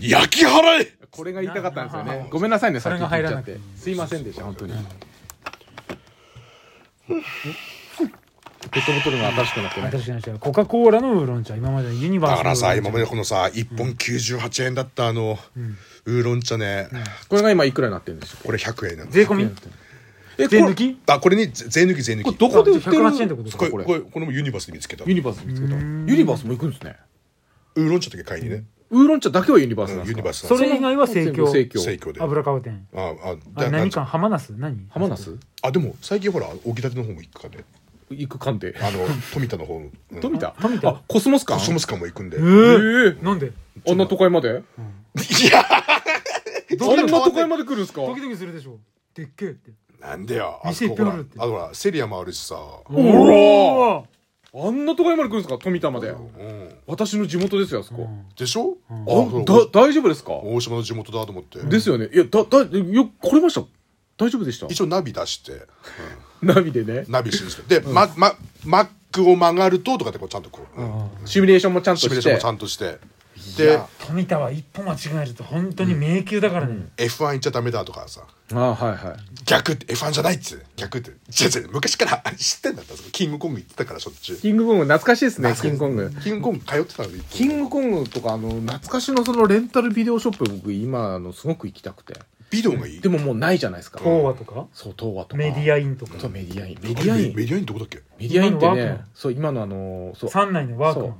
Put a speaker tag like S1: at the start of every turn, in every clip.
S1: 焼き払え
S2: これが言いたかったんですよね。ごめんなさいね、
S3: それ
S2: さっ
S3: が
S2: き言っ
S3: 入ら
S2: ちゃ
S3: な
S2: っ
S3: くて
S2: て。すいませんでした、本当に。ペットボトルが新しくなってね。
S3: 私の話はコカ・コーラのウーロン茶今までのユニバース
S1: だからさ、
S3: のウーロ
S1: 今
S3: ン
S1: までこのさ、1本98円だったあの、ウーロン茶ね、
S2: これが今いくらになってるんでしょ
S1: これ100円なの
S3: 茶。税込み
S2: え、
S3: 税
S2: こ
S3: 抜
S2: れ、
S3: き
S1: あ、これにぜ税抜き税抜き。
S2: どこで売ってる
S3: 108円ってことです
S1: こ
S3: か
S1: れ、
S2: これ
S1: これ、これもユニバースで見つけた。
S2: ユ
S1: ユ
S2: ニバース見つけた。ユニバースも行くんですね。
S1: ーロン茶だけ買いにね。
S2: ウーロン茶だけはユニバースなん
S1: ユニバ
S2: で
S1: ー
S2: す
S1: ス
S3: そ
S1: なんで
S3: れ以外は
S2: か
S3: 盛
S2: 全部盛
S3: 況
S2: 況。
S1: す。生協で。
S3: 油川店
S1: あ、あ、
S3: あ
S1: だ
S3: 何館浜那須何
S2: 浜那須
S1: あ、でも最近ほら、沖立の方も行くかね。
S2: 行く鑑定。
S1: あの、富田の方も。うん
S2: 富田
S3: 富田
S2: あ、コスモス館
S1: コスモス館も行くんで。
S3: え
S1: い
S3: ー、なんで
S2: あんな都会まで
S1: や
S2: あんな都会まで来るんですか
S3: ドキドキするでしょでっけえって
S1: なんでよ。あ
S3: 店
S1: そ
S3: いっ
S1: こほ
S3: ぱいあ
S1: ら、あ
S3: るって
S1: とほら、セリアもあるしさ。
S2: お
S3: お
S2: あんな都会まで来るんですか富田まで。
S1: うん。
S2: 私の地元ですよ、あそこ。
S1: でしょあ、
S2: あ
S1: そう、
S2: だ、大丈夫ですか
S1: 大島の地元だと思って。
S2: ですよね。いや、だ、だ、よ、来れました大丈夫でした
S1: 一応ナビ出して、うん
S2: ナビでね。
S1: ナビしてるんですよ。で、ま、ま、マックを曲がるととかってこうちゃんとこう、うん
S2: シミュレーションもちゃんと
S1: シミュレー
S2: し
S1: ションも
S2: て
S1: ち。ゃんとして。で、
S3: 富田は一歩間違えると本当に迷宮だからね、
S1: F1 行っちゃダメだとかさ。
S2: ああ、はいはい。
S1: 逆って F1 じゃないっつう逆って違う違う昔から知ってんだったぞキングコング行ってたからしょっちゅう
S2: キングコング懐かしいですね、キングコング。
S1: キングコング通ってたのに
S2: キングコングとか、あの、懐かしのそのレンタルビデオショップ、僕今、あの、すごく行きたくて。
S1: ビデオがいい
S2: でももうないじゃないですか。
S3: 東和とか
S2: そう、東和とか。
S3: メディアインとか
S2: あとメディアイン。メ
S1: メ
S2: ディアイン。
S1: メ
S2: メ
S1: ディアインどこだっけ
S2: ディアインって
S3: 今のワーク
S2: ね
S3: マン、
S2: そう、今のあの、そう。
S3: 三内のワーク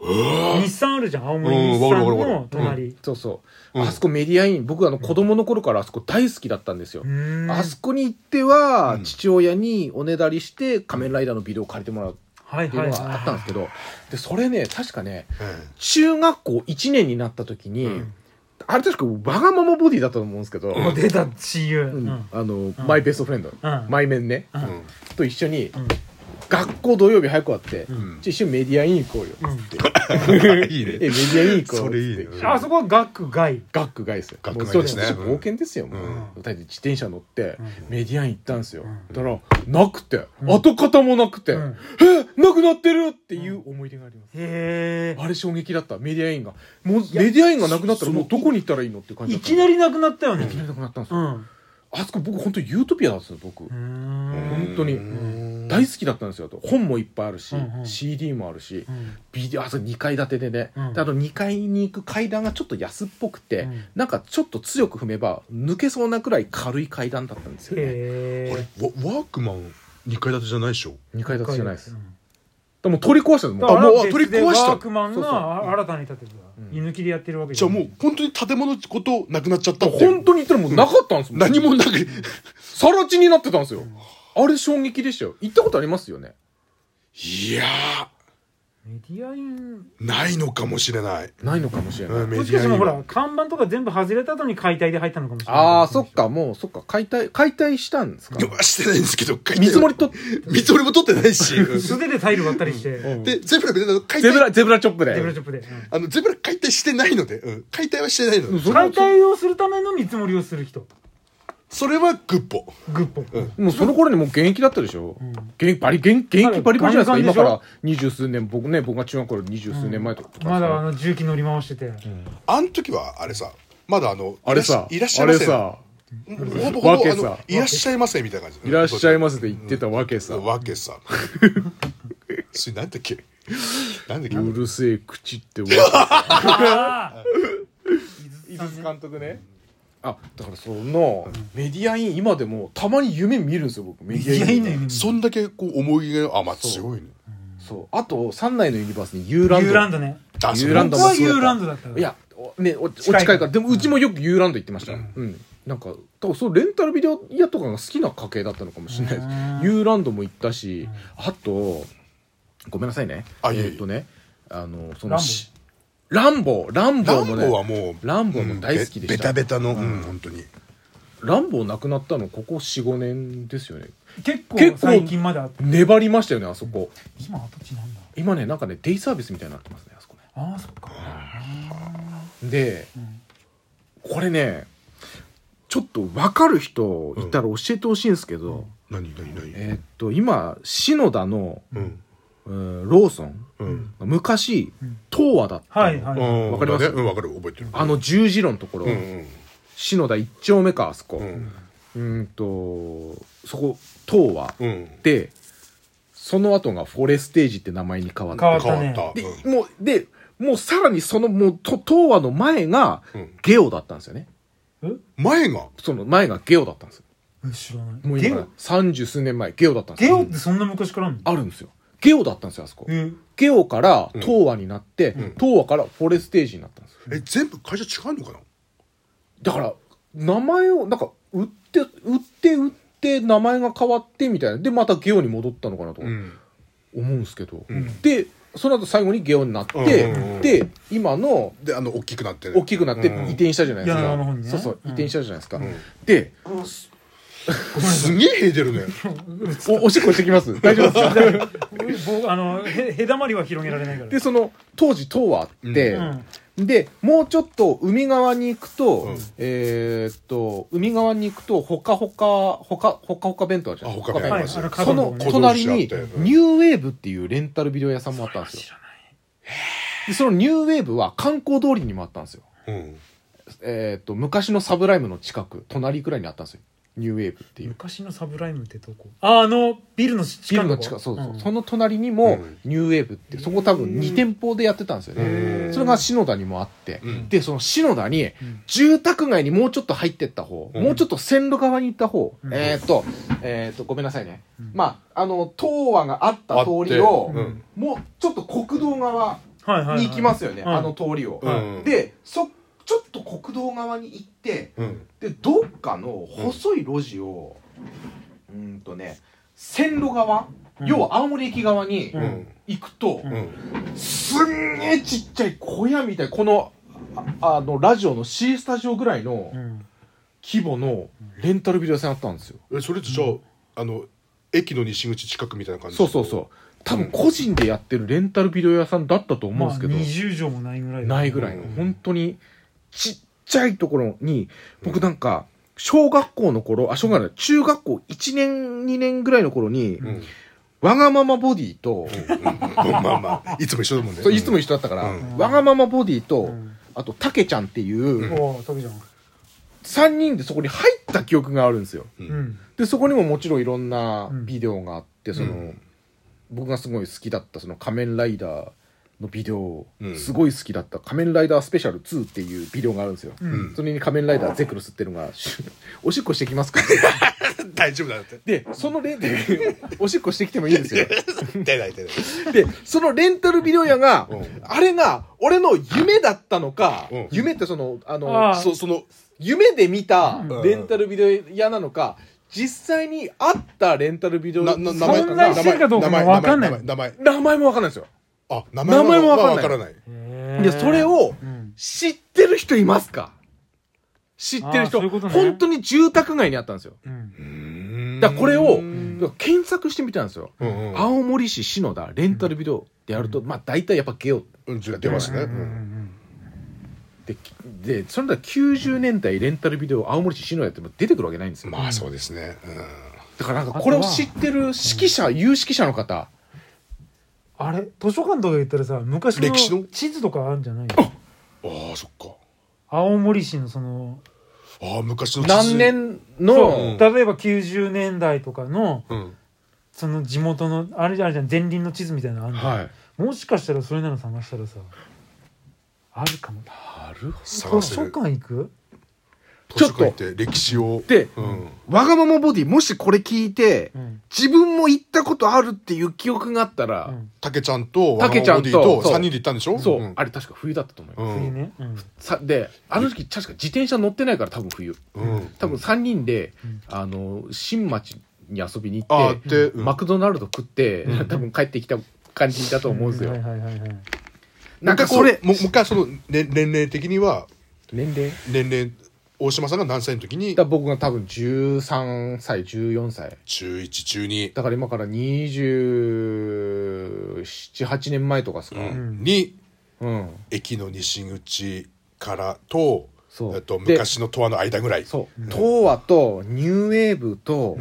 S3: マン日産あるじゃん青森
S1: うん
S3: 日産
S1: わかるわかるわ
S3: の
S1: か
S3: 隣
S2: そうそう、
S1: うん
S2: あそこメディアイン僕あの子供の頃からあそこ大好きだったんですよ、
S3: うん
S2: あそこに行っては、
S1: うん
S2: 父親におねだりして仮面ライダーのビデオを借りてもらう
S3: はい
S2: っていう
S3: はい
S2: の
S3: はい
S2: があったんですけど、でそれね確かね
S1: え
S2: 中学校1年になった時に、
S1: うん
S2: あれ確かわがままボディだったと思うんですけど、
S3: もう出た CU
S2: う
S3: うんん
S2: あの、マイベストフレンド、
S3: うん
S2: マイメンね
S3: う
S1: え
S3: ん
S2: と一緒に、
S3: ん
S2: 学校土曜日早く終わって、
S1: う
S2: じゃ
S1: ん
S2: あ一緒にメディアイン行こうよ、
S3: うん
S1: いいね
S2: えメディアイン行こう
S1: それいいね
S2: つって
S3: あそこは学外
S2: 学区外ですよ
S1: 学区外ですね
S2: もうそう
S1: うん
S2: 冒険ですよ、もう
S1: うん
S2: だって自転車乗って、
S3: う
S2: メディアイン行ったんですよ、
S3: う
S2: だからなくて、
S3: ん
S2: 跡形もなくて、
S3: うん
S2: えなくなってるっていう思い出があります、
S3: へえ
S2: あれ衝撃だったメディアインがもうメディアインがなくなったらもうどこに行ったらいいのっていう感じ
S3: い
S2: だった
S3: きなりなくなったよね
S2: いきなりなくなったんです
S3: う
S2: よ、
S3: ん
S2: あそこ僕本当ユートピアなんですよ僕、
S3: うん
S2: 本当に
S1: うん
S2: 大好きだったんですよあと本もいっぱいあるし、
S3: うんうん
S2: CD もあるし、
S3: うん
S2: ビデオあそ2階建てでね、
S3: うん
S2: であと2階に行く階段がちょっと安っぽくて、
S3: うん
S2: なんかちょっと強く踏めば抜けそうなくらい軽い階段だったんですよね
S3: へ
S1: あれ
S3: え
S1: ワワークマン2階建てじゃないでしょ
S2: 2階建てじゃないです、でもう取り壊したのも
S3: だ
S2: う
S3: から
S1: あもう
S3: 別で
S1: 取り壊した
S3: ワークマン
S2: そうそう
S3: が新たに建てた居抜きでやってるわけ
S1: じゃあ
S3: な
S1: も
S3: いう
S1: 本当に建物ごとなくなっちゃったって
S2: 本当に言ったらもうなかったんですもん、
S1: 何もなく
S2: さら地になってたんですよ、あれ衝撃でしたよ行ったことありますよね
S1: いや
S3: メディアイン
S1: ーないのかもしれない
S2: ないのかもしれない、
S1: うんメデ
S3: もしか
S1: ィ
S3: して
S1: アイ
S3: もう
S1: ン
S3: ほ
S1: は
S3: ら看板とか全部外れた後に解体で入ったのかもしれない
S2: ああそっかもうそっか解体解体したんですか
S1: いやしてないんですけど
S2: 見積も
S1: り
S2: りと
S1: 見積もりも取ってないし
S3: 素手でタイル割ったりして
S2: う
S3: デ
S2: ん
S1: でゼブラが解
S2: ゼブ
S1: 体
S2: ラゼブラチョップで
S3: ブラチョップで
S1: あのゼブラ解体してないのでうん解体はしてないの
S2: う
S1: で
S2: ん
S3: う
S2: そ
S3: ん
S2: の
S3: 解体をするための見積もりをする人
S1: それはグッポ
S3: グッポ
S1: うん
S2: もうその頃にもう現役だったでしょ、
S3: ん
S2: 現役バリ現現役バリバリじゃないですか今か
S3: ガンガンでしょ
S2: ら二十数年僕ね僕が中学校の二十数年前とか、
S3: まだあの重機乗り回してて
S1: あん時はあれさまだあの
S2: あれさ
S1: いらっしゃ
S2: あ
S1: いま
S2: れ
S1: せ
S2: さ
S1: ほぼほ
S2: わ
S1: ぼ
S2: け
S1: あ
S2: さ
S1: のいらっしゃいませみたいな感じ
S2: いらっしゃい
S1: ま
S2: ませって言ってたわけさ、
S1: わけさ それなんだっけなんだっけ
S2: うるせえ口ってわけさ
S3: 伊
S2: 井筒監督ねあだからそのメディアイン今でもたまに夢見るんですよ僕メディアイン
S3: メディアインね
S1: そんだけこう思い入れがあまあ強いね
S2: そうあと三内のユニバースにユーランド
S3: ーランドね
S1: あそう
S2: ユーランド
S3: 僕
S2: も
S3: は
S2: そうだった
S3: ユーランドだった
S2: いやおねおお近いからでもうちもよくユーランド行ってましたうん、なんか多分そのレンタルビデオ屋とかが好きな家系だったのかもしれないですユーランドも行ったしあとごめんなさいね
S1: あ
S2: え
S1: いえいえ
S2: ーっとねあのそ
S3: ラン
S2: の
S3: ボ
S2: しランボーランボ
S1: ラ
S2: ー
S1: ンボ
S2: も
S1: ーは
S2: ね
S1: もう
S2: ランボーも大好きでした
S1: うんべベタベタのうん本当に
S2: ランボーなくなったのここ45年ですよね
S3: 結
S2: 結構
S3: 構最近まであった
S2: 粘りましたよねあそこ
S3: 今跡地なんだ
S2: 今ねなんかねデイサービスみたいになってますねあそこね
S3: ああそっか
S2: で
S3: うん
S2: これねちょっと分かる人いたら教えてほしいんですけど、
S1: 何何何
S2: えーっと今篠田の
S1: うん
S2: えーローソン、
S1: うん
S2: 昔東和だったの、
S3: はいはい。
S1: うん
S2: わかります
S1: うんわかる覚えてる
S2: あの十字路のところ、
S1: うんうん
S2: 篠田一丁目かあそこ、
S1: う
S2: うんーんとそこ東和
S1: うん
S2: でその後がフォレステージって名前に変わった
S3: 変わ
S1: 変
S3: ったね
S1: わった
S2: で
S1: うん、
S2: もうでもうさらにそのもうと東和の前が
S1: うん
S2: ゲオだったんですよね
S1: 前が
S2: その前がゲオだったんですよ
S3: え知らない。
S2: もう
S3: ゲ
S2: 今
S3: オ
S2: 三十数年前ゲオだったんです
S3: ゲ
S2: よ
S3: オってそんな昔からあんの
S2: あるんですよゲオだったんですよあそこ
S3: え
S2: ゲオから東和になって、東和からフォレステージになったんですよ
S1: え全部会社違うのかな
S2: だから名前をなんか売って売って売って名前が変わってみたいなでまたゲオに戻ったのかなと
S1: うん
S2: 思うんですけど、
S1: ん
S2: でその後最後にゲオになって、
S1: うんうんうん
S2: で今の
S1: であの大きくなってね
S2: 大きくなって移
S1: うん
S2: 転したじゃないですか、
S3: 柳川の方にね
S2: そうそう
S3: う
S2: 移
S3: ん
S2: 転したじゃないですか、
S1: ん
S2: で
S1: すげえ屁 出るね
S2: おおしっこしてきます大丈夫 ですか
S3: 僕あのへへだまりは広げられないから。
S2: でその当時塔はあって、
S3: うん
S2: でもうちょっと海側に行くと、
S1: うん
S2: えーっと海側に行くとほかほかほかほかほか弁当あるじゃないです
S1: あほか弁
S3: は
S1: あ
S3: い、
S1: ります
S3: あの角
S2: そ
S3: の
S2: の
S1: こ
S3: ね。
S2: 隣に
S1: 子
S2: ニ
S1: 供の時あったよね
S2: ューウェーブっていうレンタルビデオ屋さんもあったんですよ
S3: 知らない。
S2: でそのニューウェーブは観光通りにもあったんですよ
S1: うん
S2: えーっと昔のサブライムの近く隣くらいにあったんですよニューウェーブっていう
S3: 昔のサブライムってどこあ、あの、ビルの
S2: ビ
S3: 近
S2: ル
S3: く
S2: の近くそうそう、そ
S3: ん
S2: の隣にも
S1: うん
S2: ニューウェーブってそこ多分2店舗でやってたんですよね、
S1: へー
S2: それが篠田にもあって、
S1: うん
S2: でその篠田に
S3: ん
S2: 住宅街にもうちょっと入ってった方、
S1: うん
S2: もうちょっと線路側に行った方、
S3: うん
S2: えーっ、とえーっ、とごめんなさいね、
S3: うん
S2: まああの東和があった通り
S1: あ
S2: を
S1: ってうん
S2: もうちょっと国道側
S3: はいはい。
S2: に行きますよね、
S3: はい
S2: あの通りを、
S1: うん
S2: でそちょっと国道側に行って
S1: うん
S2: でどっかの細い路地をうーんとね線路側、
S3: うん
S2: 要は青森駅側に
S1: うん
S2: 行くと、
S1: うん
S2: すんげえちっちゃい小屋みたいこのああのラジオの C スタジオぐらいの
S3: うん。
S2: 規模のレンタルビデオ屋さんあったんですよ、
S1: えそれってじゃああの駅の西口近くみたいな感じ
S2: そうそうそう多分個人でやってるレンタルビデオ屋さんだったと思う
S3: ま
S2: ん
S3: あ、
S2: ですけど、
S3: 20畳もないぐらいだ
S2: ないぐらいの、
S1: うん
S2: 本当にちっちゃいところに僕なんか小学校の頃あ小学校じゃない中学校1年2年ぐらいの頃に、
S1: うん
S2: わがままボディと、
S1: まあまあいつも一緒だもんね
S2: そういつも一緒だったから、
S1: うん
S2: わがままボディと、
S3: うん
S2: あとたけちゃんっていう、
S3: おお、竹ちゃん。
S2: 三3人でそこに入った記憶があるんですよ
S1: うん
S3: うん。
S2: でそこにももちろんいろんなビデオがあって、その、
S1: うん
S2: 僕がすごい好きだったその仮面ライダーのビデオ、
S1: うん
S2: すごい好きだった仮面ライダースペシャル2っていうビデオがあるんですよ、
S1: ん
S2: それに仮面ライダーゼクロスっていうのが おしっこしてきますか
S1: 大丈夫だって
S2: でそのレン おしっこしてきてもいいですよ
S1: 出ない出ない
S2: でそのレンタルビデオ屋が、
S1: うん
S2: あれが俺の夢だったのか、
S1: うん
S2: 夢ってそのあの
S3: ああ
S1: そその
S2: 夢で見た
S1: うん
S2: レンタルビデオ屋なのか、実際にあったレンタルビデオ屋
S1: な
S2: さん
S1: な
S2: な
S1: 名前
S3: 存在してるかどうかもわかんない
S1: 名前名前名前
S2: 名前もわかんないんですよ。
S1: あ名前は
S2: 名前もわかんない
S1: まあからない
S2: で、それ、を
S3: うん。
S2: 知ってる人いますか知ってる
S3: あーそ
S2: 人、
S3: ういうことね
S2: 本当に住宅街にあったんですよ。
S3: うん。
S2: だからこれを
S1: うん
S2: 検索してみたんですよ。
S1: うんうん
S2: 青森市篠田レンタルビデオでやると、まあ大体やっぱゲオ
S1: うん出ますね
S3: う
S1: うんん
S2: で、で、それだ90年代レンタルビデオ青森市篠田やっても出てくるわけないんですよ。
S1: まあそうですね
S2: だからなんかこれを知ってる指揮者、有識者の方、
S3: あれ図書館とか行ったらさ、昔
S1: 歴史の
S3: の地図とかあるんじゃな
S1: う
S3: い
S1: んああそっか
S3: 青森市のその、
S1: ああ昔の地図
S2: 何年
S3: そ
S2: の
S1: ん
S3: う、例えば90年代とかの、
S1: うん
S3: その地元の、あれじゃあるじゃん、前輪の地図みたいなのあるじゃん
S2: はい。
S3: もしかしたらそれなの探したらさあるかも
S2: なるほ
S1: 探
S3: 図
S1: せ
S3: 書
S1: る
S3: 館行く
S1: 図書館行って歴史を
S2: で
S1: うん
S2: ど。わがままボディ、もしこれ聞いて、
S3: うん
S2: 自分も行ったことあるっていう記憶があった
S3: う
S2: ら、
S3: ん
S1: たけちゃんと
S2: たけちゃんと
S1: ワゴンボディ
S2: そう
S1: 三人で行ったんでしょ
S2: そう、
S1: ん
S2: あれ確か冬だったと思います、
S1: う
S3: 次
S1: ん
S3: ねうん
S2: さであの時確か自転車乗ってないから多分冬
S1: うん
S2: 多分3人で、
S3: うん
S2: あの新町に遊びに
S1: あ
S2: 行
S1: あ
S2: っ、
S1: っててうん
S2: マクドナルド食って、
S1: うん
S2: 多分帰ってきた感じだと思うんですよ、
S3: はいはいはいはい
S2: なんかそれ
S1: もう一回その年年齢的には
S2: 年齢だか
S1: 年齢大島さんが何歳の時に
S2: ら僕が多分13歳14歳
S1: 中1中2
S2: だから今から278年前とかですか、
S3: ん
S1: に
S2: うん、
S1: 駅の西口からと
S2: そう
S1: えっと
S2: で
S1: 昔のトアの間ぐらい
S2: そう、東和とニューウェーブと、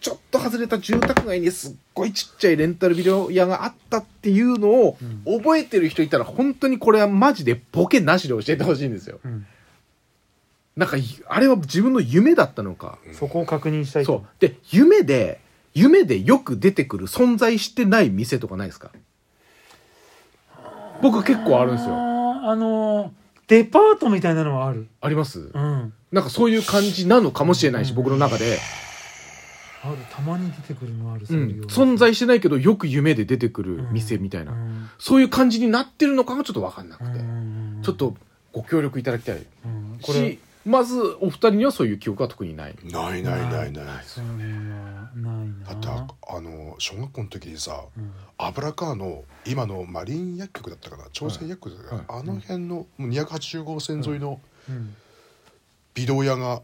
S2: ちょっと外れた住宅街にすっごいちっちゃいレンタルビデオ屋があったっていうのを覚えてる人いたら本当にこれはマジでボケなしで教えてほしいんですよ。
S3: うん
S2: なんかいあれは自分の夢だったのか。
S3: そこを確認したい
S2: そう。で、夢で、夢でよく出てくる存在してない店とかないですか僕結構あるんですよ。
S3: あーあのーデパートみたいなのはある
S2: あります
S3: うん
S2: なんかそういう感じなのかもしれないし、僕の中で。
S3: あるたまに出てくるのある、
S2: う
S3: い
S2: ん
S3: う。
S2: 存在してないけど、よく夢で出てくる店みたいな。
S3: うん
S2: そういう感じになってるのかがちょっとわかんなくて。
S3: うん
S2: ちょっ、とご協力いただきたい。
S3: うんこれ
S2: し、まずお二人にはそういう記憶は特にない。
S1: ないないないない
S3: そうねないな
S1: だってああの小学校の時にさ
S3: うん
S1: 油川の今のマリン薬局だったかな朝鮮薬局だったかな、あの辺のもう280号線沿いの
S3: うん
S1: ビデオ屋があっ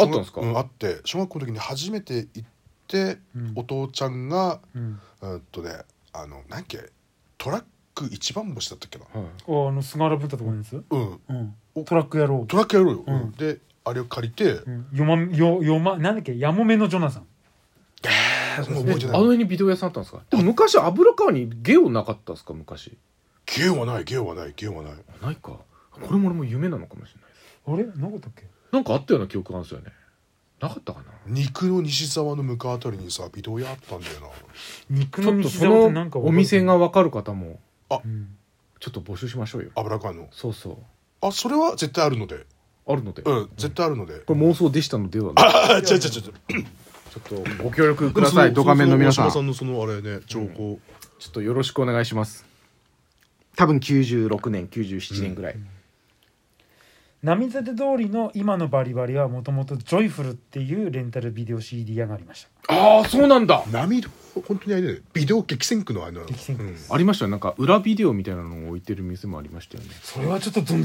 S2: あったんですか
S1: うん、あって小学校の時に初めて行って、
S3: うん
S1: お父ちゃんが
S3: うん
S1: うんとねあの何っけトラック一番星だったっけな、
S2: はい
S3: ああの菅原文太とかのやつ、
S1: うん、
S3: うん、トラック野郎、
S1: トラックやろうよ、
S3: うん
S1: であれを借り て、
S3: うん、よまよよまなんだっけやもめのジョナサン
S1: もう覚
S2: え
S1: えて
S2: あ
S1: ない
S2: の辺にビデオ屋さんあったんですかでも昔油川にゲオなかったですか昔
S1: ゲーはないゲーはないゲーはない
S2: ないかこれも俺も夢なのかもしれないです
S3: あれなかったっけ
S2: なんかあったような記憶があるんですよねなかったかな
S1: 肉の西沢の向かうあたりにさビデオ屋あったんだよな
S3: 肉
S2: ち
S3: の
S2: ょっと
S3: 西
S2: そ
S3: 沢ってなんか
S2: のお店が分かる方も
S3: 覚えてる、うん
S2: ちょっと募集しましょうよ
S1: 油川の
S2: そうそう
S1: あそれは絶対あるので
S2: あるので、
S1: う
S2: こ
S1: ん絶対あるので、
S2: れ妄想でしたのではない
S1: ああ違う違う違う違う
S2: ちょっとご協力くださいドカメンの皆さん
S1: そ
S2: ちょ
S1: のその大島さんのそのあれね情報、
S2: っとよろしくお願いします多分96年97年ぐらい、
S3: 波立て通りの今のバリバリはもともとジョイフルっていうレンタルビデオ CD 屋がありました
S2: ああそうなんだ
S1: 波の本当にあれねビデオ激戦区のあの
S3: 激戦区
S1: うん
S3: です、
S2: ありましたよなんか裏ビデオみたいなのを置いてる店もありましたよね
S3: それはちょっと存